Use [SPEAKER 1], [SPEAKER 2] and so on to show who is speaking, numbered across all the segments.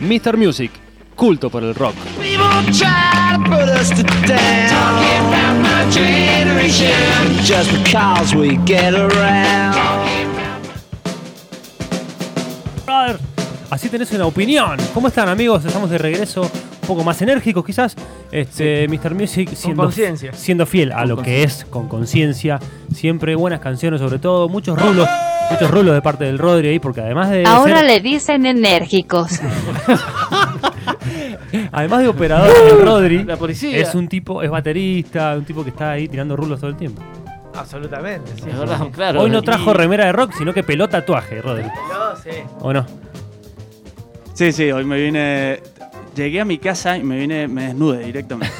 [SPEAKER 1] Mr. Music, culto por el rock.
[SPEAKER 2] People try to put us to down. Talking about my generation. Just because we get around.
[SPEAKER 3] Brother, Así tenés una opinión. ¿Cómo están, amigos? Estamos de regreso, un poco más enérgicos, quizás. Este, Mr. Music siendo,
[SPEAKER 4] conciencia.
[SPEAKER 3] siendo fiel a lo que es, con conciencia. Siempre buenas canciones, sobre todo. Muchos rulos, muchos rulos de parte del Rodri ahí, porque además de.
[SPEAKER 5] Ahora
[SPEAKER 3] ser-
[SPEAKER 5] le dicen enérgicos.
[SPEAKER 3] Además de operador, el Rodri
[SPEAKER 4] Uh, La policía.
[SPEAKER 3] es un tipo, es baterista, un tipo que está ahí tirando rulos todo el tiempo.
[SPEAKER 4] Absolutamente, sí. Es verdad, claro.
[SPEAKER 3] Hoy no trajo
[SPEAKER 4] Y-
[SPEAKER 3] remera de rock, sino que peló tatuaje, Rodri.
[SPEAKER 4] No, sí.
[SPEAKER 3] ¿O no?
[SPEAKER 6] Sí, sí, hoy me vine. Llegué a mi casa y me vine, me desnude directamente.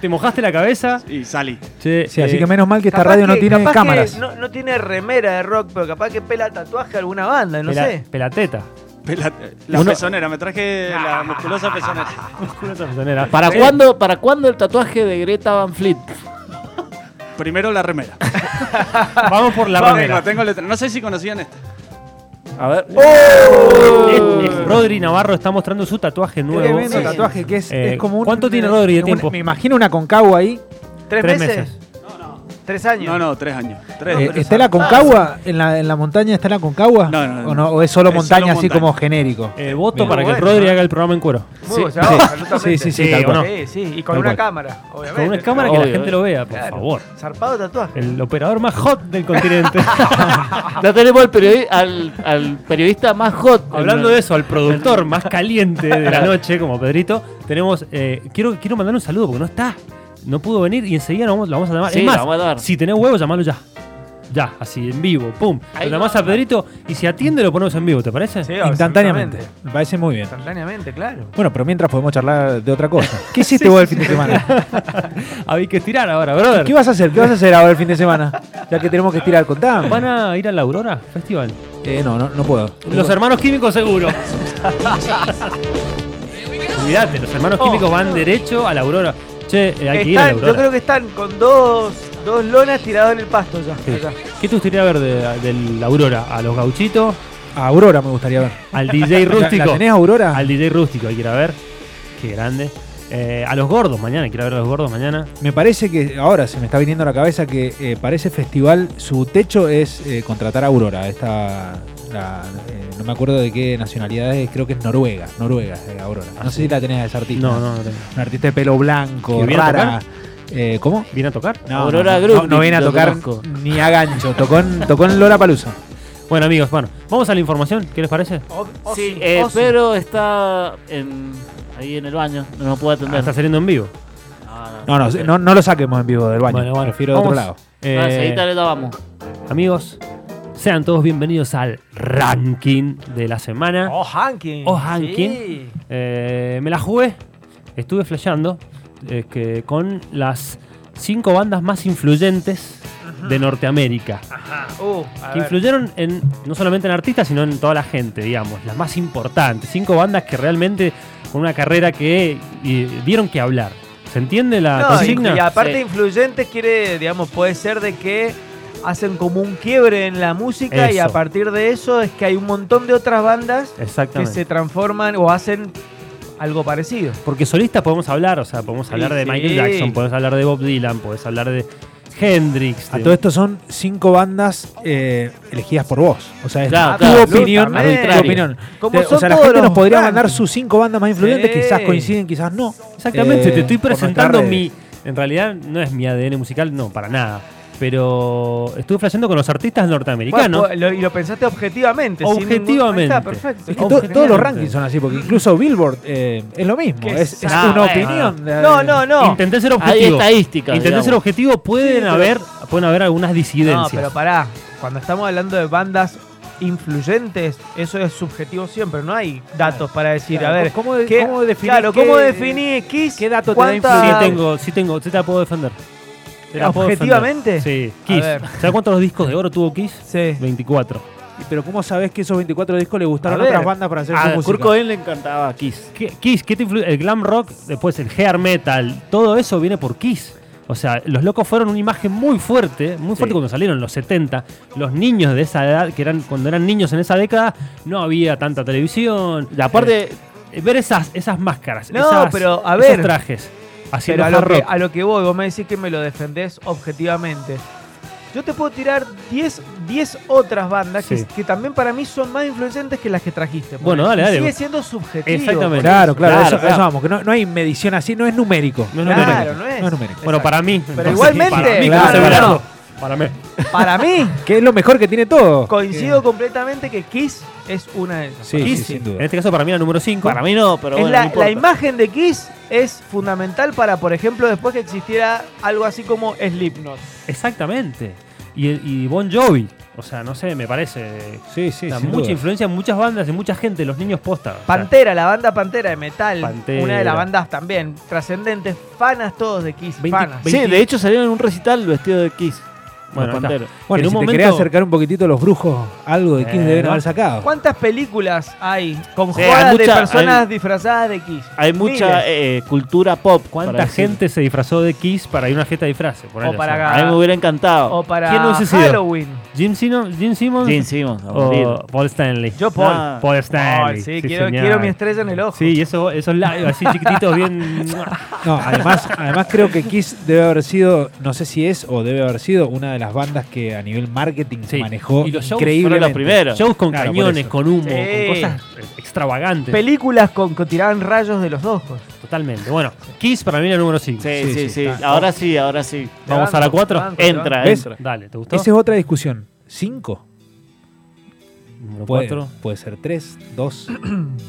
[SPEAKER 3] Te mojaste la cabeza.
[SPEAKER 6] y salí.
[SPEAKER 3] Che,
[SPEAKER 7] Sí,
[SPEAKER 3] eh,
[SPEAKER 7] así que menos mal que esta
[SPEAKER 4] Capaz
[SPEAKER 7] radio no
[SPEAKER 4] que-
[SPEAKER 7] tiene
[SPEAKER 4] capaz que
[SPEAKER 7] cámaras.
[SPEAKER 4] No, no tiene remera de rock, pero capaz que pela tatuaje a alguna banda, no
[SPEAKER 3] pela-
[SPEAKER 4] sé.
[SPEAKER 3] Pelateta.
[SPEAKER 6] La, la
[SPEAKER 3] Uno- Ah.
[SPEAKER 6] pezonera, me traje la musculosa pezonera.
[SPEAKER 8] ¿Para cuándo, ¿Para cuándo el tatuaje de Greta Van Fleet?
[SPEAKER 6] Primero la remera.
[SPEAKER 3] Vamos por la
[SPEAKER 6] Tengo-
[SPEAKER 3] remera.
[SPEAKER 6] tengo letra. No sé si conocían esta.
[SPEAKER 8] A ver.
[SPEAKER 3] Este Es- es Rodri Navarro está mostrando su tatuaje nuevo.
[SPEAKER 7] Tremendo tatuaje que es,
[SPEAKER 3] Eh,
[SPEAKER 7] es como un.
[SPEAKER 3] ¿cuánto tiene Rodri de
[SPEAKER 7] un-
[SPEAKER 3] tiempo?
[SPEAKER 7] me imagino una concagua ahí.
[SPEAKER 4] ¿Tres,
[SPEAKER 3] Tres
[SPEAKER 4] meses?
[SPEAKER 3] meses.
[SPEAKER 4] ¿Tres años?
[SPEAKER 6] No, no, tres años. Tres,
[SPEAKER 7] Eh,
[SPEAKER 6] tres
[SPEAKER 7] ¿Está la concagua? ¿En la, en la montaña está la concagua?
[SPEAKER 6] No, no, no.
[SPEAKER 7] ¿O, ¿O es solo
[SPEAKER 6] Es solo
[SPEAKER 7] montaña así
[SPEAKER 6] montaña.
[SPEAKER 7] como genérico?
[SPEAKER 3] Eh, voto
[SPEAKER 7] Bien.
[SPEAKER 3] para que
[SPEAKER 4] Bueno,
[SPEAKER 3] Rodri
[SPEAKER 4] ¿eh?
[SPEAKER 3] haga el programa en cuero.
[SPEAKER 4] Muy bollado, absolutamente.
[SPEAKER 7] Sí, sí, sí,
[SPEAKER 3] Sí,
[SPEAKER 7] tal
[SPEAKER 3] ¿o
[SPEAKER 7] cual.
[SPEAKER 3] no?
[SPEAKER 4] Sí, sí, y con
[SPEAKER 3] Tal
[SPEAKER 4] una
[SPEAKER 3] cual.
[SPEAKER 4] cámara, obviamente.
[SPEAKER 3] Con una cámara que la
[SPEAKER 8] Obvio,
[SPEAKER 3] gente
[SPEAKER 8] eh.
[SPEAKER 3] lo vea, por
[SPEAKER 4] Claro.
[SPEAKER 3] favor.
[SPEAKER 4] Zarpado tatuaje.
[SPEAKER 3] El operador más hot del continente.
[SPEAKER 8] Ya tenemos al, periodi- al, al periodista más hot.
[SPEAKER 3] Hablando de eso, al productor más caliente de la noche, como Pedrito, tenemos. eh, quiero, quiero mandar un saludo porque no está. No pudo venir y enseguida lo vamos, lo vamos a llamar.
[SPEAKER 8] Sí,
[SPEAKER 3] es más,
[SPEAKER 8] lo vamos a llamar.
[SPEAKER 3] si tenés huevos, llamalo ya. Ya, así, en vivo, pum.
[SPEAKER 8] Ahí
[SPEAKER 3] Lo llamás
[SPEAKER 8] va.
[SPEAKER 3] a Pedrito y si atiende lo ponemos en vivo, ¿te parece?
[SPEAKER 4] Sí,
[SPEAKER 7] Instantáneamente.
[SPEAKER 4] absolutamente.
[SPEAKER 7] Me parece muy bien.
[SPEAKER 4] Instantáneamente, claro.
[SPEAKER 7] Bueno, pero mientras podemos charlar de otra cosa. ¿Qué hiciste vos el fin de semana?
[SPEAKER 3] Había Ah, que estirar ahora, brother.
[SPEAKER 7] ¿Qué vas a hacer? ¿Qué vas a hacer ahora el fin de semana? Ya que tenemos que estirar, contame.
[SPEAKER 3] ¿Van a ir a la Aurora Festival?
[SPEAKER 7] Eh, no, no, no puedo.
[SPEAKER 3] Los hermanos químicos seguro. Cuidate, los
[SPEAKER 7] Oh.
[SPEAKER 3] hermanos químicos van derecho a la Aurora. Che, eh, hay que ir a la
[SPEAKER 4] Están, yo
[SPEAKER 3] Aurora.
[SPEAKER 4] creo que están con dos, dos lonas tiradas en el pasto ya.
[SPEAKER 3] Sí.
[SPEAKER 4] allá.
[SPEAKER 3] ¿Qué te gustaría ver de, de la Aurora? ¿A los gauchitos?
[SPEAKER 7] A Aurora me gustaría ver.
[SPEAKER 3] ¿Al DJ
[SPEAKER 7] ¿La- ¿La,
[SPEAKER 3] rústico?
[SPEAKER 7] tenés Aurora?
[SPEAKER 3] al DJ rústico hay que ir a ver. Qué grande. Eh, a los gordos mañana, hay que ir a ver a los gordos mañana.
[SPEAKER 7] Me parece que ahora se me está viniendo a la cabeza que eh, para ese festival su techo es eh, contratar a Aurora. Esta, la- eh, no me acuerdo de qué nacionalidad es, creo que es Noruega. Noruega es de Aurora. No sé si la tenés a esa artista.
[SPEAKER 3] Ah, No, no, no. tengo.
[SPEAKER 7] Una artista de pelo blanco,
[SPEAKER 3] ¿Que viene a
[SPEAKER 7] rara. Eh, ¿Cómo?
[SPEAKER 3] ¿Viene a tocar?
[SPEAKER 7] No,
[SPEAKER 8] Aurora
[SPEAKER 7] no, no,
[SPEAKER 8] Group,
[SPEAKER 7] no viene a
[SPEAKER 8] lo
[SPEAKER 7] tocar
[SPEAKER 8] conozco.
[SPEAKER 7] ni a gancho. Tocó en, tocó en Lola Palusa.
[SPEAKER 3] Bueno, amigos, bueno, vamos a la información. ¿Qué les parece?
[SPEAKER 4] Oh,
[SPEAKER 8] Sí, eh, pero está en, ahí en el baño. No nos
[SPEAKER 3] Ah,
[SPEAKER 8] puede atender.
[SPEAKER 3] está saliendo en vivo.
[SPEAKER 8] Ah,
[SPEAKER 7] No, no, no, no lo saquemos en vivo del baño. prefiero de otro
[SPEAKER 3] vamos.
[SPEAKER 7] lado.
[SPEAKER 8] No, Ah,
[SPEAKER 3] Eh,
[SPEAKER 8] enseguida le dábamos.
[SPEAKER 3] Amigos, sean todos bienvenidos al ranking de la semana.
[SPEAKER 4] Oh, Hankin.
[SPEAKER 3] Oh, Hankin.
[SPEAKER 4] Sí.
[SPEAKER 3] Eh, me la jugué, estuve flasheando eh, que con las cinco bandas más influyentes de Norteamérica,
[SPEAKER 4] Uh, a
[SPEAKER 3] que
[SPEAKER 4] ver.
[SPEAKER 3] influyeron en no solamente en artistas, sino en toda la gente, digamos, las más importantes. Cinco bandas que realmente con una carrera que eh, dieron que hablar. ¿Se entiende
[SPEAKER 7] Ah,
[SPEAKER 3] la
[SPEAKER 4] No, y,
[SPEAKER 3] consigna?
[SPEAKER 4] y aparte
[SPEAKER 8] Sí.
[SPEAKER 4] influyentes quiere, digamos, puede ser de que hacen como un quiebre en la música y
[SPEAKER 3] Eso.
[SPEAKER 4] a partir de eso es que hay un montón de otras bandas que
[SPEAKER 3] Exactamente.
[SPEAKER 4] se transforman o hacen algo parecido.
[SPEAKER 3] Porque solistas podemos hablar, o sea, podemos
[SPEAKER 4] Sí,
[SPEAKER 3] hablar de
[SPEAKER 4] sí.
[SPEAKER 3] Michael Jackson, podemos hablar de Bob Dylan, podemos hablar de Hendrix.
[SPEAKER 7] A
[SPEAKER 3] de-
[SPEAKER 7] todo esto son cinco bandas eh, elegidas por vos. O sea, es
[SPEAKER 8] Claro,
[SPEAKER 7] Ah, tu
[SPEAKER 8] claro,
[SPEAKER 7] opinión.
[SPEAKER 4] Ah, absolutamente.
[SPEAKER 7] tu opinión.
[SPEAKER 4] Como
[SPEAKER 7] Eh, o
[SPEAKER 4] son
[SPEAKER 7] sea, la
[SPEAKER 4] todos
[SPEAKER 7] gente nos
[SPEAKER 4] los
[SPEAKER 7] podría
[SPEAKER 4] rankings.
[SPEAKER 7] mandar sus cinco bandas más influyentes.
[SPEAKER 4] Sí.
[SPEAKER 7] Quizás coinciden, quizás no.
[SPEAKER 3] Exactamente,
[SPEAKER 7] Eh,
[SPEAKER 3] te estoy
[SPEAKER 7] por nuestras
[SPEAKER 3] presentando
[SPEAKER 7] redes.
[SPEAKER 3] mi. En realidad no es mi ADN musical, no, para nada. Pero estuve flasheando con los artistas norteamericanos.
[SPEAKER 4] Bueno, lo- y lo pensaste objetivamente. sin ningún-
[SPEAKER 3] Objetivamente.
[SPEAKER 4] Ahí está, perfecto.
[SPEAKER 7] Es que to- todos los
[SPEAKER 3] Objetivamente.
[SPEAKER 7] rankings son así, porque incluso Billboard eh, es lo mismo.
[SPEAKER 4] Qué
[SPEAKER 7] Es, es
[SPEAKER 4] sa-
[SPEAKER 7] una
[SPEAKER 8] bueno.
[SPEAKER 7] opinión. de-
[SPEAKER 4] No, no, pues, no.
[SPEAKER 3] Intenté ser
[SPEAKER 8] Hay
[SPEAKER 3] objetivo.
[SPEAKER 8] estadísticas.
[SPEAKER 3] Intenté ser
[SPEAKER 8] digamos.
[SPEAKER 3] objetivo, pueden
[SPEAKER 4] pero-
[SPEAKER 3] haber, pueden haber algunas
[SPEAKER 4] No,
[SPEAKER 3] disidencias.
[SPEAKER 4] pero pará. Cuando estamos hablando de bandas influyentes, eso es subjetivo siempre. No hay datos para decir,
[SPEAKER 7] Claro,
[SPEAKER 4] a ver,
[SPEAKER 7] ¿cómo de-
[SPEAKER 4] qué-
[SPEAKER 7] cómo definís
[SPEAKER 4] claro, ¿cómo
[SPEAKER 7] qué-
[SPEAKER 4] definís Kiss?
[SPEAKER 7] qué dato te da
[SPEAKER 4] ¿Cuántas-
[SPEAKER 3] Sí tengo, sí tengo, sí te la puedo defender. Te la puedo defender.
[SPEAKER 4] ¿Objetivamente?
[SPEAKER 3] Sí,
[SPEAKER 4] A
[SPEAKER 3] Kiss.
[SPEAKER 4] ver.
[SPEAKER 3] ¿Sabes cuántos discos de oro tuvo Kiss?
[SPEAKER 4] Sí.
[SPEAKER 3] 24.
[SPEAKER 7] Pero ¿cómo sabés que esos 24 discos le gustaron
[SPEAKER 4] A
[SPEAKER 7] a
[SPEAKER 4] ver.
[SPEAKER 7] otras bandas para hacer
[SPEAKER 8] A
[SPEAKER 7] su música?
[SPEAKER 8] Kurt Cobain le encantaba Kiss.
[SPEAKER 3] ¿Qué- Kiss, ¿qué te influ- El glam rock, después el hair metal, todo eso viene por Kiss. O sea, los locos fueron una imagen muy fuerte, muy fuerte
[SPEAKER 8] Sí.
[SPEAKER 3] cuando salieron los 70. Los niños de esa edad, que eran cuando eran niños en esa década, no había tanta televisión.
[SPEAKER 8] Y aparte,
[SPEAKER 3] eh, ver esas, esas máscaras.
[SPEAKER 4] No,
[SPEAKER 3] esas-
[SPEAKER 4] pero, a
[SPEAKER 3] esos
[SPEAKER 4] ver.
[SPEAKER 3] trajes. Haciendo
[SPEAKER 4] Pero a lo,
[SPEAKER 3] hard
[SPEAKER 4] que,
[SPEAKER 3] rock.
[SPEAKER 4] a lo que voy, vos me decís que me lo defendés objetivamente. Yo te puedo tirar 10 10 otras bandas que-
[SPEAKER 3] Sí.
[SPEAKER 4] que, también para mí son más influyentes que las que trajiste.
[SPEAKER 3] Bueno,
[SPEAKER 4] ponele.
[SPEAKER 3] dale,
[SPEAKER 4] Y
[SPEAKER 3] dale.
[SPEAKER 4] Sigue siendo subjetivo.
[SPEAKER 3] Exactamente.
[SPEAKER 7] Claro, claro,
[SPEAKER 3] Claro,
[SPEAKER 7] eso,
[SPEAKER 3] claro.
[SPEAKER 7] eso vamos, que no, no hay medición así, no es numérico.
[SPEAKER 3] No, no, no,
[SPEAKER 4] Claro,
[SPEAKER 3] no.
[SPEAKER 4] no es.
[SPEAKER 7] No es numérico.
[SPEAKER 3] Bueno,
[SPEAKER 4] Exacto.
[SPEAKER 3] para mí. entonces,
[SPEAKER 4] igualmente,
[SPEAKER 3] Para mí,
[SPEAKER 7] claro,
[SPEAKER 3] José
[SPEAKER 7] no,
[SPEAKER 3] Bernardo, para mí.
[SPEAKER 4] Para mí,
[SPEAKER 7] Que es lo mejor que tiene todo.
[SPEAKER 4] coincido completamente que Kiss es una de esas.
[SPEAKER 7] Sí, sí,
[SPEAKER 3] Kiss,
[SPEAKER 7] sin
[SPEAKER 3] En
[SPEAKER 7] duda.
[SPEAKER 3] este caso, para mí la número 5.
[SPEAKER 8] Para mí no, pero
[SPEAKER 4] Es
[SPEAKER 8] bueno.
[SPEAKER 4] la,
[SPEAKER 8] no importa.
[SPEAKER 4] la imagen de Kiss es fundamental para, por ejemplo, después que existiera algo así como Slipknot.
[SPEAKER 3] Exactamente. Y, y Bon Jovi. O sea, no sé, me parece.
[SPEAKER 7] Sí, sí,
[SPEAKER 3] o sea,
[SPEAKER 7] sin
[SPEAKER 3] mucha
[SPEAKER 7] duda.
[SPEAKER 3] influencia en muchas bandas, en mucha gente, los niños posta. O sea,
[SPEAKER 4] Pantera, la banda Pantera de metal,
[SPEAKER 3] Pantera.
[SPEAKER 4] una de las bandas también trascendentes, fanas todos de Kiss,
[SPEAKER 3] 20
[SPEAKER 4] fanas.
[SPEAKER 8] Sí, de hecho salieron en un recital vestido de Kiss.
[SPEAKER 3] Bueno,
[SPEAKER 8] Bueno,
[SPEAKER 3] ahí está.
[SPEAKER 8] Pantera.
[SPEAKER 7] Bueno,
[SPEAKER 3] en
[SPEAKER 7] y
[SPEAKER 3] un
[SPEAKER 7] si
[SPEAKER 3] momento-
[SPEAKER 7] te querés acercar un poquitito a los brujos, algo de Kiss
[SPEAKER 3] Eh,
[SPEAKER 7] deben
[SPEAKER 3] no.
[SPEAKER 7] haber sacado.
[SPEAKER 4] ¿Cuántas películas hay con
[SPEAKER 8] Sí,
[SPEAKER 4] jodas
[SPEAKER 8] hay
[SPEAKER 4] de
[SPEAKER 8] mucha-
[SPEAKER 4] personas
[SPEAKER 8] hay-
[SPEAKER 4] disfrazadas de Kiss?
[SPEAKER 8] Hay
[SPEAKER 4] Miles.
[SPEAKER 8] mucha eh, cultura pop. para
[SPEAKER 3] ¿Cuánta
[SPEAKER 8] decir.
[SPEAKER 3] gente se disfrazó de Kiss para ir a una fiesta de disfraces? Ponele,
[SPEAKER 4] O para
[SPEAKER 3] sea,
[SPEAKER 4] acá.
[SPEAKER 8] A mí me hubiera encantado.
[SPEAKER 4] O para
[SPEAKER 3] ¿Quién no hubiese sido?
[SPEAKER 4] Halloween.
[SPEAKER 3] Jim, Sino- Jim Simmons
[SPEAKER 8] Gene Simmons, a morir.
[SPEAKER 3] o Paul Stanley.
[SPEAKER 4] Yo Paul.
[SPEAKER 8] No.
[SPEAKER 3] Paul Stanley.
[SPEAKER 4] Ay, sí, quiero,
[SPEAKER 3] señor.
[SPEAKER 4] quiero mi estrella en el ojo.
[SPEAKER 3] Sí, y eso, esos labios así chiquititos, bien.
[SPEAKER 7] No, además, además creo que Kiss debe haber sido, no sé si es o debe haber sido una de las bandas que a nivel marketing se
[SPEAKER 3] Sí.
[SPEAKER 7] manejó
[SPEAKER 3] Y los shows
[SPEAKER 7] increíble.
[SPEAKER 8] fueron los primeros.
[SPEAKER 3] Shows con
[SPEAKER 7] Claro, por
[SPEAKER 3] cañones,
[SPEAKER 7] eso.
[SPEAKER 3] con humo,
[SPEAKER 4] Sí.
[SPEAKER 3] con cosas eh, extravagantes.
[SPEAKER 4] Películas con, que tiraban rayos de los ojos.
[SPEAKER 3] Totalmente. Bueno, Kiss para mí era el número 5.
[SPEAKER 8] Sí,
[SPEAKER 7] Sí,
[SPEAKER 8] sí,
[SPEAKER 7] sí,
[SPEAKER 8] sí.
[SPEAKER 7] está.
[SPEAKER 8] Ahora sí, ahora sí.
[SPEAKER 3] Vamos a la 4.
[SPEAKER 4] Banco,
[SPEAKER 8] Entra,
[SPEAKER 7] ¿Ves?
[SPEAKER 8] entra.
[SPEAKER 3] Dale, ¿te gustó?
[SPEAKER 7] Esa es otra discusión. ¿Cinco?
[SPEAKER 3] número
[SPEAKER 7] Puede,
[SPEAKER 3] 4.
[SPEAKER 7] puede ser tres, dos.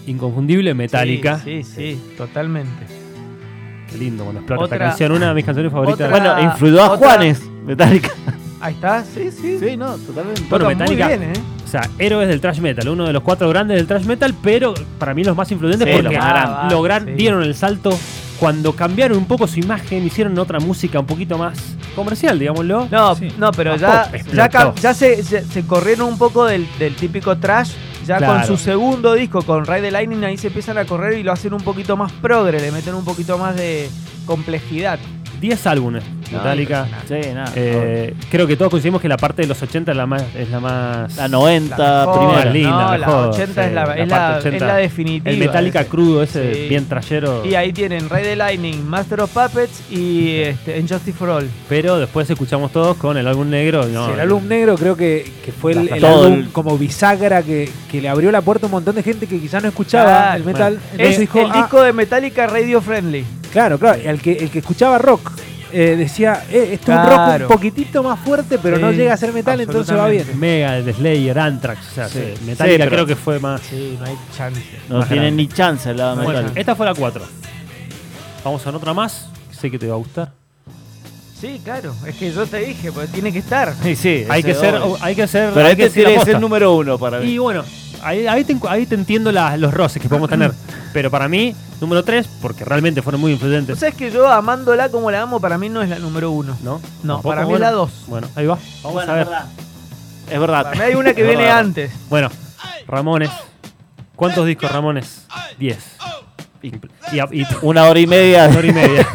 [SPEAKER 3] Inconfundible Metallica.
[SPEAKER 4] Sí, sí, sí, totalmente.
[SPEAKER 3] Qué lindo cuando explota esta
[SPEAKER 4] Otra-
[SPEAKER 3] canción, una de mis canciones favoritas.
[SPEAKER 4] otra-
[SPEAKER 8] Bueno, Ah, influyó a
[SPEAKER 4] otra-
[SPEAKER 8] Juanes, Metallica.
[SPEAKER 4] Ahí está, sí, sí.
[SPEAKER 8] Sí, no, totalmente.
[SPEAKER 3] Bueno,
[SPEAKER 4] Tocan muy
[SPEAKER 3] Metallica.
[SPEAKER 4] bien, ¿eh?
[SPEAKER 3] o sea, héroes del thrash metal, uno de los cuatro grandes del thrash metal, pero para mí los más influyentes
[SPEAKER 8] Sí,
[SPEAKER 3] porque
[SPEAKER 8] los
[SPEAKER 4] más grandes.
[SPEAKER 3] logran-
[SPEAKER 4] Sí.
[SPEAKER 3] dieron el salto cuando cambiaron un poco su imagen, hicieron otra música un poquito más comercial, digámoslo.
[SPEAKER 4] No,
[SPEAKER 7] Sí.
[SPEAKER 4] no, pero
[SPEAKER 3] Ah,
[SPEAKER 4] ya,
[SPEAKER 3] pop,
[SPEAKER 4] ya, ca-
[SPEAKER 3] explotó.
[SPEAKER 4] ya se, se- se corrieron un poco del, del típico trash. Ya con
[SPEAKER 3] Claro.
[SPEAKER 4] su segundo disco, con Ride the Lightning, ahí se empiezan a correr y lo hacen un poquito más progre, le meten un poquito más de complejidad.
[SPEAKER 3] 10 álbumes, Metallica.
[SPEAKER 8] Sí, nada.
[SPEAKER 3] Eh, creo que todos coincidimos que la parte de los 80 es la más. Es la más
[SPEAKER 8] la 90,
[SPEAKER 4] mejor,
[SPEAKER 8] primera.
[SPEAKER 3] la linda,
[SPEAKER 4] no,
[SPEAKER 3] la
[SPEAKER 4] la
[SPEAKER 3] joda,
[SPEAKER 4] 80 es,
[SPEAKER 3] sí,
[SPEAKER 4] la,
[SPEAKER 3] la
[SPEAKER 4] es,
[SPEAKER 3] parte
[SPEAKER 4] la,
[SPEAKER 3] 80.
[SPEAKER 4] es la definitiva.
[SPEAKER 3] el Metallica
[SPEAKER 4] ese.
[SPEAKER 3] crudo, ese
[SPEAKER 4] Sí.
[SPEAKER 3] bien trayero.
[SPEAKER 4] Y ahí tienen Ride the Lightning, Master of Puppets y este, And Justice for All.
[SPEAKER 3] Pero después escuchamos todos con el álbum negro. no,
[SPEAKER 7] Sí, el álbum negro creo que, que fue el,
[SPEAKER 3] Las-
[SPEAKER 7] el
[SPEAKER 8] todo
[SPEAKER 7] álbum
[SPEAKER 8] el-
[SPEAKER 7] como bisagra que, que le abrió la puerta a un montón de gente que quizás no escuchaba
[SPEAKER 4] Claro,
[SPEAKER 7] el metal. Entonces
[SPEAKER 4] Ah, Es
[SPEAKER 7] dijo,
[SPEAKER 4] el
[SPEAKER 7] "Ah,
[SPEAKER 4] disco de Metallica radio friendly.
[SPEAKER 7] Claro, claro. El que, el que escuchaba rock eh, decía, eh, esto es un rock
[SPEAKER 4] Claro.
[SPEAKER 7] un poquitito más fuerte, pero no
[SPEAKER 4] Sí,
[SPEAKER 7] llega a ser metal, entonces va bien.
[SPEAKER 4] absolutamente.
[SPEAKER 3] Mega, de Slayer, Anthrax. O sea,
[SPEAKER 7] Sí.
[SPEAKER 3] sí, Metallica
[SPEAKER 8] Sí, pero-
[SPEAKER 3] creo que fue más.
[SPEAKER 4] Sí, no hay chance.
[SPEAKER 8] No
[SPEAKER 3] Más
[SPEAKER 8] tienen
[SPEAKER 3] grande.
[SPEAKER 8] ni chance la
[SPEAKER 4] No hay
[SPEAKER 8] metal.
[SPEAKER 4] chance.
[SPEAKER 3] Esta fue la 4. Vamos a otra más. Sé que te va a gustar.
[SPEAKER 4] Sí, claro. Es que yo te dije, porque tiene que estar.
[SPEAKER 8] Sí, sí,
[SPEAKER 3] Hay
[SPEAKER 8] ese
[SPEAKER 3] que, ser,
[SPEAKER 8] doble.
[SPEAKER 3] hay que ser.
[SPEAKER 8] Pero
[SPEAKER 3] hay que
[SPEAKER 8] este
[SPEAKER 3] decir la
[SPEAKER 8] tiene que ser
[SPEAKER 3] posta.
[SPEAKER 8] número uno para mí.
[SPEAKER 3] Y bueno, ahí, ahí te, encu- ahí te entiendo la- los roces que podemos tener. Pero para mí, número 3, porque realmente fueron muy
[SPEAKER 4] O
[SPEAKER 3] influyentes.
[SPEAKER 4] sea, es que yo amándola como la amo, para mí no es la número uno.
[SPEAKER 3] ¿No?
[SPEAKER 4] No,
[SPEAKER 3] Tampoco,
[SPEAKER 4] para mí es
[SPEAKER 3] bueno.
[SPEAKER 4] la dos.
[SPEAKER 3] Bueno, ahí va. Vamos
[SPEAKER 8] Bueno,
[SPEAKER 3] a ver.
[SPEAKER 8] es verdad. Es verdad.
[SPEAKER 4] Para mí hay una que viene antes.
[SPEAKER 3] Bueno, Ramones. ¿Cuántos discos Ramones? 10. Y, y, y
[SPEAKER 8] Una hora y media.
[SPEAKER 3] una hora y media.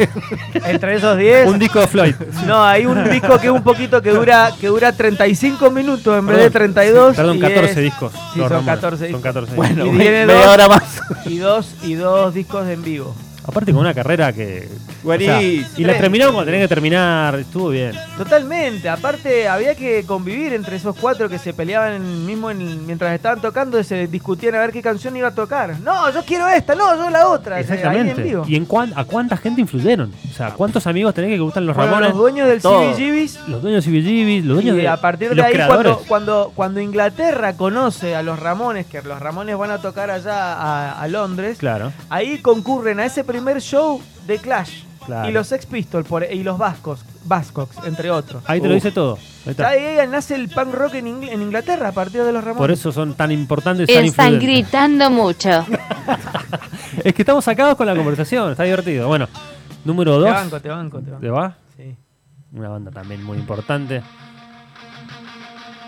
[SPEAKER 4] Entre esos 10.
[SPEAKER 3] Un disco de Floyd.
[SPEAKER 4] No, hay un disco que es un poquito que dura que dura 35 minutos en vez de 32.
[SPEAKER 3] Perdón,
[SPEAKER 4] y
[SPEAKER 3] 14
[SPEAKER 4] es-
[SPEAKER 3] discos.
[SPEAKER 4] Sí,
[SPEAKER 3] los
[SPEAKER 4] son
[SPEAKER 3] Ramones.
[SPEAKER 4] 14
[SPEAKER 3] Son
[SPEAKER 4] discos.
[SPEAKER 3] 14 discos.
[SPEAKER 8] Bueno,
[SPEAKER 4] Y
[SPEAKER 8] me-
[SPEAKER 4] tiene
[SPEAKER 8] media
[SPEAKER 4] dos.
[SPEAKER 8] hora más.
[SPEAKER 4] Y dos, y dos discos en vivo.
[SPEAKER 3] Aparte con una carrera que... o sea,
[SPEAKER 8] Buenísimo.
[SPEAKER 3] y la terminaron cuando tenía que terminar. Estuvo bien.
[SPEAKER 4] Totalmente. Aparte, había que convivir entre esos cuatro que se peleaban mismo en- mientras estaban tocando y se discutían a ver qué canción iba a tocar. No, yo quiero esta, no, yo la otra. Eh, ahí en
[SPEAKER 3] Exactamente.
[SPEAKER 4] vivo.
[SPEAKER 3] ¿Y en cuán- a cuánta gente influyeron? O sea, ¿cuántos amigos tenés que gustan los
[SPEAKER 4] Fueron
[SPEAKER 3] Ramones?
[SPEAKER 4] los dueños del
[SPEAKER 8] todo.
[SPEAKER 4] CBGBs
[SPEAKER 3] Los dueños de CBGB, los dueños
[SPEAKER 4] Y
[SPEAKER 3] de.
[SPEAKER 4] a partir de
[SPEAKER 3] los
[SPEAKER 4] ahí,
[SPEAKER 3] creadores.
[SPEAKER 4] cuando, cuando, cuando Inglaterra conoce a los Ramones, que los Ramones van a tocar allá a, a Londres,
[SPEAKER 3] Claro.
[SPEAKER 4] ahí concurren a ese primer show de Clash.
[SPEAKER 3] Claro.
[SPEAKER 4] Y los Sex Pistols por- y los Vascos, Vascox, entre otros.
[SPEAKER 3] Ahí te lo dice todo. Ahí está.
[SPEAKER 4] Ya de ahí nace el punk rock en, Ingl- en Inglaterra a partir de los Ramones.
[SPEAKER 3] Por eso son tan importantes y tan
[SPEAKER 5] Están
[SPEAKER 3] influyentes.
[SPEAKER 5] gritando mucho.
[SPEAKER 3] Es que estamos sacados con la conversación, está divertido. Bueno, número
[SPEAKER 4] te
[SPEAKER 3] 2.
[SPEAKER 4] banco, te banco, te banco.
[SPEAKER 3] ¿Te va?
[SPEAKER 4] Sí.
[SPEAKER 3] Una banda también muy importante.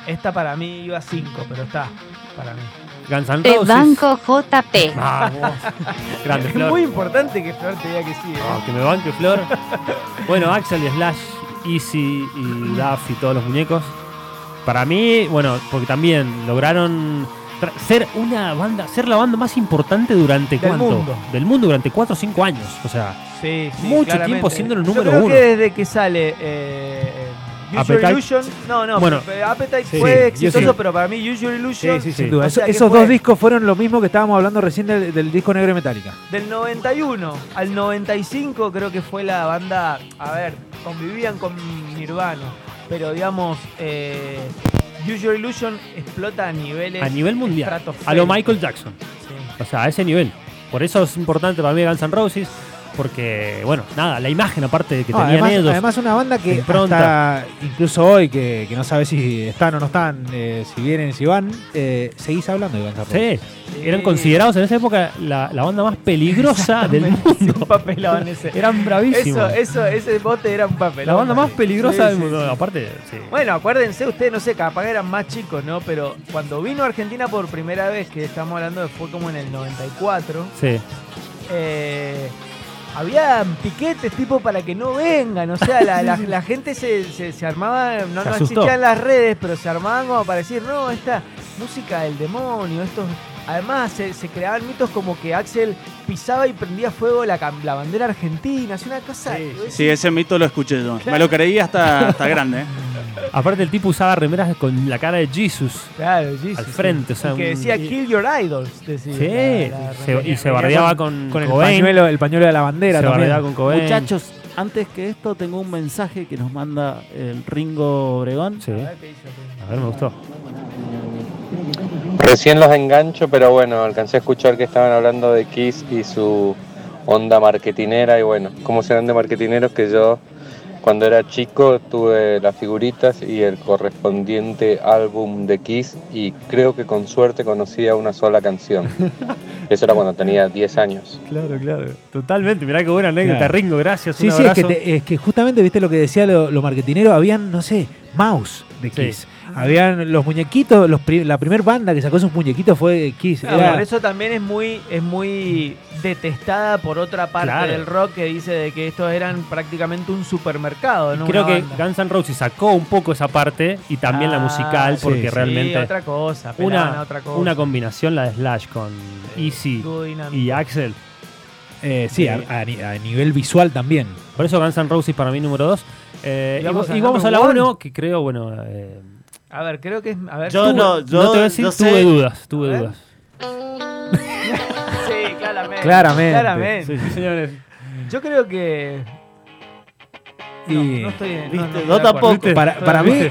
[SPEAKER 4] Esta para mí iba a 5, pero está. Para mí.
[SPEAKER 3] Guns N'
[SPEAKER 5] Te
[SPEAKER 3] Roses.
[SPEAKER 5] banco JP.
[SPEAKER 3] Vamos. Grande
[SPEAKER 4] Es
[SPEAKER 3] Flor.
[SPEAKER 4] muy importante que Flor te diga que sí. ¿eh?
[SPEAKER 3] Ah, que me banque Flor. bueno, Axel y Slash, Easy y Duff y todos los muñecos. Para mí, bueno, porque también lograron tra- ser una banda, ser la banda más importante durante
[SPEAKER 4] Del
[SPEAKER 3] cuánto?
[SPEAKER 4] mundo.
[SPEAKER 3] Del mundo durante 4 o 5 años. O sea,
[SPEAKER 4] Sí, sí,
[SPEAKER 3] Mucho
[SPEAKER 4] claramente.
[SPEAKER 3] tiempo siendo el
[SPEAKER 4] Yo
[SPEAKER 3] número
[SPEAKER 4] creo
[SPEAKER 3] uno.
[SPEAKER 4] que desde que sale eh, Usual
[SPEAKER 3] Appetite.
[SPEAKER 4] Illusion. No, no,
[SPEAKER 3] Bueno.
[SPEAKER 4] pero Appetite
[SPEAKER 7] Sí,
[SPEAKER 4] fue
[SPEAKER 7] sí,
[SPEAKER 4] exitoso,
[SPEAKER 7] Usual.
[SPEAKER 4] pero para mí Usual Illusion
[SPEAKER 3] sí,
[SPEAKER 7] sin duda.
[SPEAKER 4] o
[SPEAKER 7] Eso-
[SPEAKER 4] sea que
[SPEAKER 7] esos
[SPEAKER 4] fue-
[SPEAKER 7] dos discos fueron lo mismo que estábamos hablando recién del, del disco negro de Metallica.
[SPEAKER 4] del 91 al 95 creo que fue la banda, a ver, convivían con Nirvana, pero digamos, eh, Usual Illusion explota a niveles...
[SPEAKER 3] a nivel mundial. A
[SPEAKER 4] estratosféricos.
[SPEAKER 3] lo Michael Jackson.
[SPEAKER 4] Sí.
[SPEAKER 3] O sea, a ese nivel. Por eso es importante para mí Guns N' Roses. Porque, bueno, nada, la imagen aparte de que
[SPEAKER 7] No,
[SPEAKER 3] tenían
[SPEAKER 7] Ah, además,
[SPEAKER 3] ellos.
[SPEAKER 7] además una banda que
[SPEAKER 3] impronta.
[SPEAKER 7] hasta incluso hoy, que, que no sabes si están o no están, eh, si vienen, si van, eh, seguís hablando de Guns N' Roses.
[SPEAKER 3] Sí, eran considerados en esa época la, la banda más peligrosa del mundo.
[SPEAKER 4] Un papelón ese.
[SPEAKER 3] Eran
[SPEAKER 4] Eso,
[SPEAKER 3] bravísimos.
[SPEAKER 4] eso, ese bote era un papelón.
[SPEAKER 3] la banda más peligrosa
[SPEAKER 4] Sí,
[SPEAKER 3] del
[SPEAKER 4] sí,
[SPEAKER 3] mundo.
[SPEAKER 4] sí.
[SPEAKER 3] Aparte, sí.
[SPEAKER 4] Bueno, acuérdense ustedes, no sé, capaz que eran más chicos, ¿no? Pero cuando vino a Argentina por primera vez, que estamos hablando de fue como en el 94,
[SPEAKER 3] Sí.
[SPEAKER 4] eh, había piquetes tipo para que no vengan, o sea, la, la- la gente se, se- se armaba, no,
[SPEAKER 3] Se
[SPEAKER 4] no
[SPEAKER 3] asustó.
[SPEAKER 4] existían las redes, pero se armaban como para decir, no, esta música del demonio, estos... Además, se, se creaban mitos como que Axel pisaba y prendía fuego la, cam- la bandera argentina, es una cosa...
[SPEAKER 6] Sí, ese mito lo escuché yo. Me lo creí hasta, hasta grande. ¿eh?
[SPEAKER 3] Aparte, el tipo usaba remeras con la cara de Jesus.
[SPEAKER 4] Claro, sí, sí,
[SPEAKER 3] Al
[SPEAKER 4] sí.
[SPEAKER 3] frente, o sea,
[SPEAKER 4] Y que
[SPEAKER 3] un-
[SPEAKER 4] decía
[SPEAKER 3] y-
[SPEAKER 4] Kill Your Idols, decía.
[SPEAKER 3] Sí,
[SPEAKER 4] la- la
[SPEAKER 3] se-
[SPEAKER 4] referencia.
[SPEAKER 3] y se bardeaba con,
[SPEAKER 7] Con el
[SPEAKER 3] Cobain,
[SPEAKER 7] pañuelo, el pañuelo de la bandera
[SPEAKER 3] se
[SPEAKER 7] también.
[SPEAKER 3] bardeaba con Cobain.
[SPEAKER 8] Muchachos, antes que esto tengo un mensaje que nos manda el Ringo Obregón.
[SPEAKER 3] Sí. A ver, me gustó.
[SPEAKER 9] Recién los engancho, pero bueno, alcancé a escuchar que estaban hablando de Kiss y su onda marketinera y bueno, cómo serán de marketineros que yo cuando era chico tuve las figuritas y el correspondiente álbum de Kiss y creo que con suerte conocía una sola canción. Eso era cuando tenía 10 años.
[SPEAKER 3] Claro, claro. Totalmente. Mirá qué buena anécdota,
[SPEAKER 7] Claro.
[SPEAKER 3] Ringo. Gracias.
[SPEAKER 7] Sí,
[SPEAKER 3] un
[SPEAKER 7] sí, es que,
[SPEAKER 3] abrazo.
[SPEAKER 7] te- es que justamente, viste lo que decía lo, lo marketinero, habían, no sé, mouse de
[SPEAKER 3] Sí.
[SPEAKER 7] Kiss. Habían los muñequitos, los pri- la primer banda que sacó sus muñequitos fue Kiss.
[SPEAKER 3] Ah,
[SPEAKER 4] Claro,
[SPEAKER 7] Era-
[SPEAKER 4] por eso también es muy, es muy detestada por otra parte
[SPEAKER 3] Claro.
[SPEAKER 4] del rock que dice de que estos eran prácticamente un supermercado, ¿no?
[SPEAKER 3] Creo
[SPEAKER 4] Una
[SPEAKER 3] que
[SPEAKER 4] banda.
[SPEAKER 3] Guns N' Roses sacó un poco esa parte y también la
[SPEAKER 4] Ah,
[SPEAKER 3] musical,
[SPEAKER 7] sí,
[SPEAKER 3] porque
[SPEAKER 7] sí,
[SPEAKER 4] Sí,
[SPEAKER 3] realmente
[SPEAKER 4] otra cosa, pelaban a
[SPEAKER 3] una,
[SPEAKER 4] otra cosa.
[SPEAKER 3] una combinación, la de Slash con Easy
[SPEAKER 4] Dúo dinámico.
[SPEAKER 3] y Axel.
[SPEAKER 7] eh, sí, a, a ni- a nivel visual también.
[SPEAKER 3] Por eso Guns N' Roses para mí número 2.
[SPEAKER 4] Y
[SPEAKER 3] y,
[SPEAKER 4] vamos
[SPEAKER 3] vamos
[SPEAKER 4] a
[SPEAKER 3] y vamos a la
[SPEAKER 4] number one.
[SPEAKER 3] 1, que creo, bueno. eh,
[SPEAKER 4] A ver, creo que es. A ver,
[SPEAKER 8] Yo
[SPEAKER 4] tú-
[SPEAKER 8] no- yo-
[SPEAKER 3] te voy a decir,
[SPEAKER 8] yo
[SPEAKER 3] tuve
[SPEAKER 8] sé-
[SPEAKER 3] dudas, tuve
[SPEAKER 4] A ver.
[SPEAKER 3] dudas.
[SPEAKER 4] Sí, claramente.
[SPEAKER 7] Claramente.
[SPEAKER 4] Claramente.
[SPEAKER 3] Sí, sí, señores.
[SPEAKER 4] Yo creo que.
[SPEAKER 7] Y-
[SPEAKER 4] No, no estoy. no,
[SPEAKER 8] Viste,
[SPEAKER 4] no estoy
[SPEAKER 8] yo
[SPEAKER 4] de acuerdo.
[SPEAKER 8] tampoco.
[SPEAKER 3] ¿Viste?
[SPEAKER 7] Para, para mí,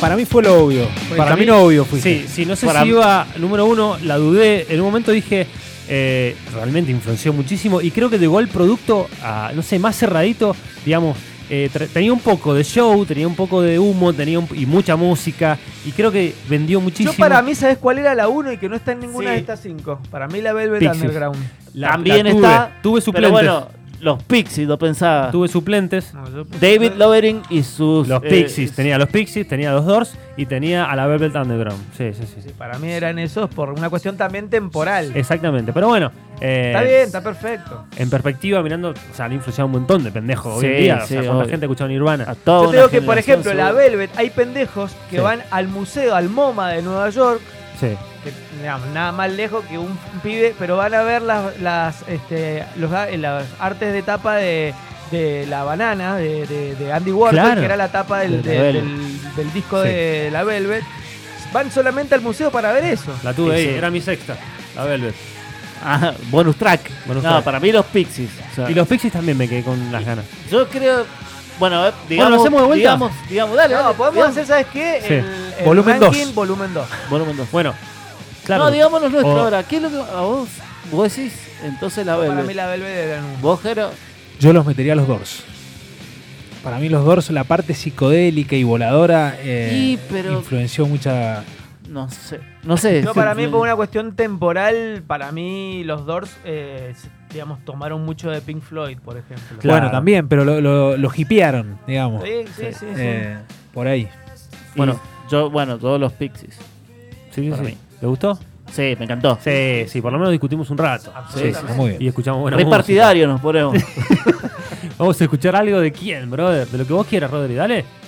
[SPEAKER 7] para mí fue lo obvio. Ah, para mí,
[SPEAKER 3] mí-
[SPEAKER 7] no obvio fue.
[SPEAKER 3] Sí, sí, no sé
[SPEAKER 8] Para
[SPEAKER 3] si
[SPEAKER 8] mí-
[SPEAKER 3] iba número uno, la dudé. En un momento dije, eh, realmente influenció muchísimo y creo que llegó el producto, a, no sé, más cerradito, digamos. eh, tra- tenía un poco de show, tenía un poco de humo, tenía un- y mucha música y creo que vendió muchísimo.
[SPEAKER 4] Yo para mí, ¿sabes cuál era la 1 y que no está en ninguna
[SPEAKER 8] Sí.
[SPEAKER 4] de estas 5? Para mí la Velvet
[SPEAKER 3] Pixies.
[SPEAKER 4] Underground.
[SPEAKER 3] La-
[SPEAKER 8] También
[SPEAKER 3] la tuve,
[SPEAKER 8] está,
[SPEAKER 3] Tuve
[SPEAKER 8] Pero
[SPEAKER 3] suplentes.
[SPEAKER 8] bueno, los Pixies, lo pensaba.
[SPEAKER 3] tuve suplentes.
[SPEAKER 4] No, yo-
[SPEAKER 8] David Lovering y sus.
[SPEAKER 3] Los
[SPEAKER 8] eh,
[SPEAKER 3] Pixies, tenía los Pixies, tenía los Doors y tenía a la Velvet Underground. Sí, sí, sí. sí.
[SPEAKER 4] Sí, para mí eran esos por una cuestión también temporal.
[SPEAKER 3] Exactamente, pero bueno. eh,
[SPEAKER 4] está bien, está perfecto.
[SPEAKER 3] En perspectiva, mirando, o sea, le ha influenciado un montón de pendejos hoy en
[SPEAKER 8] Sí,
[SPEAKER 3] día. o
[SPEAKER 8] sí,
[SPEAKER 3] sea, cuánta
[SPEAKER 8] obvio.
[SPEAKER 3] gente ha escuchado Nirvana.
[SPEAKER 8] A toda
[SPEAKER 4] Yo
[SPEAKER 8] una
[SPEAKER 4] te digo que, por
[SPEAKER 8] generación,
[SPEAKER 4] ejemplo, la
[SPEAKER 8] seguro.
[SPEAKER 4] Velvet, hay pendejos que
[SPEAKER 3] Sí.
[SPEAKER 4] van al museo, al MoMA de Nueva York,
[SPEAKER 3] Sí.
[SPEAKER 4] que, digamos, nada más lejos que un pibe, pero van a ver las, las, este, los, a- eh, las artes de tapa de, de la banana de, de- de Andy Warhol,
[SPEAKER 3] Claro.
[SPEAKER 4] que era la tapa del,
[SPEAKER 8] De la
[SPEAKER 4] de-
[SPEAKER 8] Velvet.
[SPEAKER 4] del- del disco
[SPEAKER 3] Sí.
[SPEAKER 4] de la Velvet. Van solamente al museo para ver eso.
[SPEAKER 3] La tuve
[SPEAKER 8] Sí,
[SPEAKER 3] ahí,
[SPEAKER 8] sí.
[SPEAKER 3] era mi sexta, la Velvet.
[SPEAKER 8] Ah, bonus track.
[SPEAKER 3] Bonus
[SPEAKER 8] no,
[SPEAKER 3] track.
[SPEAKER 8] para mí los Pixies. o sea,
[SPEAKER 3] Y los Pixies también me quedé con las ganas.
[SPEAKER 8] Yo creo. Bueno, eh, digamos.
[SPEAKER 3] ¿lo hacemos de vuelta?
[SPEAKER 8] Digamos, digamos dale.
[SPEAKER 4] No,
[SPEAKER 8] dale,
[SPEAKER 4] podemos
[SPEAKER 8] digamos,
[SPEAKER 4] hacer, ¿sabes qué?
[SPEAKER 3] Sí.
[SPEAKER 4] El- el
[SPEAKER 7] Volumen
[SPEAKER 4] ranking,
[SPEAKER 7] dos.
[SPEAKER 4] Volumen 2.
[SPEAKER 8] Volumen dos.
[SPEAKER 3] Bueno, claro.
[SPEAKER 8] No, digámonos nuestro
[SPEAKER 3] O-
[SPEAKER 8] ahora. ¿Qué es lo que a vos, vos decís? Entonces la
[SPEAKER 4] Para
[SPEAKER 8] Velvet.
[SPEAKER 4] mí la Velvet era un...
[SPEAKER 8] Vos, Jero,
[SPEAKER 7] Yo los metería a los Doors. Para mí los Doors, la parte psicodélica y voladora eh,
[SPEAKER 8] Y, pero-
[SPEAKER 7] influenció mucha...
[SPEAKER 8] no sé. No sé.
[SPEAKER 4] No, para mí
[SPEAKER 8] Sí,
[SPEAKER 4] por una cuestión temporal, para mí los Doors, eh, s- digamos, tomaron mucho de Pink Floyd, por ejemplo.
[SPEAKER 3] Claro.
[SPEAKER 7] Bueno, también, pero lo, lo, lo hipearon, digamos.
[SPEAKER 4] Sí, sí, sí. sí.
[SPEAKER 7] Eh, por ahí.
[SPEAKER 8] Y Bueno, yo, bueno, todos los Pixies.
[SPEAKER 3] Sí, sí,
[SPEAKER 8] para
[SPEAKER 3] sí.
[SPEAKER 8] mí.
[SPEAKER 3] ¿Te gustó?
[SPEAKER 8] Sí, me encantó.
[SPEAKER 3] Sí, sí, por lo menos discutimos un rato.
[SPEAKER 7] Sí,
[SPEAKER 4] Absolutamente.
[SPEAKER 7] sí, muy bien.
[SPEAKER 3] Y escuchamos buena
[SPEAKER 8] Re
[SPEAKER 3] música.
[SPEAKER 8] partidarios nos ponemos.
[SPEAKER 3] Vamos a escuchar algo de quién, brother. De lo que vos quieras, Rodri, dale.